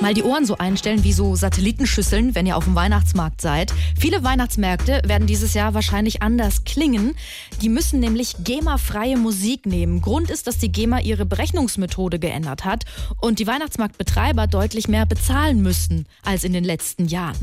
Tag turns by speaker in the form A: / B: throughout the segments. A: Mal die Ohren so einstellen wie so Satellitenschüsseln, wenn ihr auf dem Weihnachtsmarkt seid. Viele Weihnachtsmärkte werden dieses Jahr wahrscheinlich anders klingen. Die müssen nämlich GEMA-freie Musik nehmen. Grund ist, dass die GEMA ihre Berechnungsmethode geändert hat und die Weihnachtsmarktbetreiber deutlich mehr bezahlen müssen als in den letzten Jahren.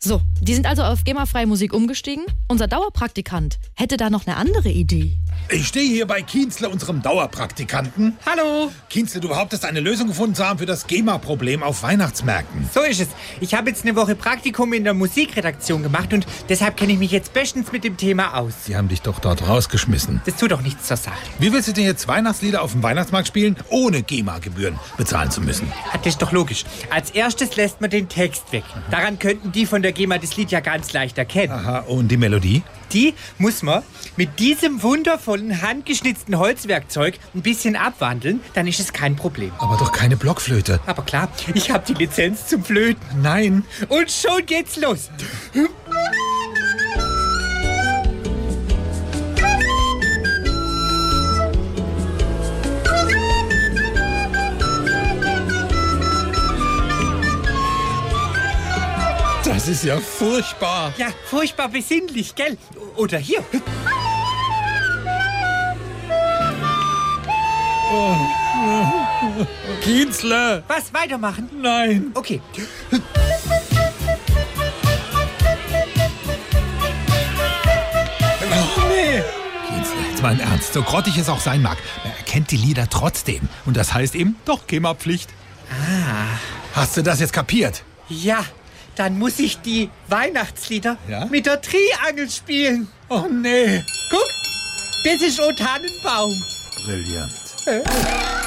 A: So, die sind also auf GEMA-freie Musik umgestiegen. Unser Dauerpraktikant hätte da noch eine andere Idee.
B: Ich stehe hier bei Kienzle, unserem Dauerpraktikanten.
C: Hallo.
B: Kienzle, du behauptest, eine Lösung gefunden zu haben für das GEMA-Problem auf Weihnachtsmärkten.
C: So ist es. Ich habe jetzt eine Woche Praktikum in der Musikredaktion gemacht und deshalb kenne ich mich jetzt bestens mit dem Thema aus.
B: Die haben dich doch dort rausgeschmissen.
C: Das tut doch nichts zur Sache.
B: Wie willst du denn jetzt Weihnachtslieder auf dem Weihnachtsmarkt spielen, ohne GEMA-Gebühren bezahlen zu müssen?
C: Ah, Das ist doch logisch. Als erstes lässt man den Text weg. Daran könnten die von der GEMA das Lied ja ganz leicht erkennen.
B: Aha, und die Melodie?
C: Die muss man mit diesem wundervollen handgeschnitzten Holzwerkzeug ein bisschen abwandeln, dann ist es kein Problem.
B: Aber doch keine Blockflöte.
C: Aber klar, ich habe die Lizenz zum Flöten.
B: Nein.
C: Und schon geht's los.
B: Das ist ja furchtbar.
C: Ja, furchtbar besinnlich, gell? Oder hier.
B: Kienzle!
C: Was weitermachen?
B: Nein.
C: Okay.
B: Nee. Kienzle, jetzt mal im Ernst. So grottig es auch sein mag, man erkennt die Lieder trotzdem. Und das heißt eben doch GEMA-Pflicht. Ah. Hast du das jetzt kapiert?
C: Ja, dann muss ich die Weihnachtslieder
B: Ja?
C: mit der Triangel spielen.
B: Oh nee.
C: Guck, das ist O Tannenbaum.
B: Brillant.